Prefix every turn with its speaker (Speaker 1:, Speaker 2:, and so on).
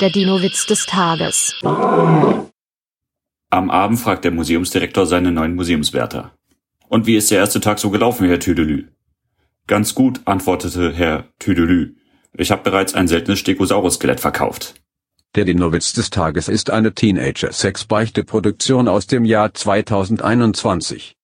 Speaker 1: Der Dino-Witz des Tages.
Speaker 2: Am Abend fragt der Museumsdirektor seine neuen Museumswärter. Und wie ist der erste Tag so gelaufen, Herr Tüdelü? Ganz gut, antwortete Herr Tüdelü. Ich habe bereits ein seltenes Stegosaurus-Skelett verkauft.
Speaker 3: Der Dinowitz des Tages ist eine Teenager-Sex-Beichte-Produktion aus dem Jahr 2021.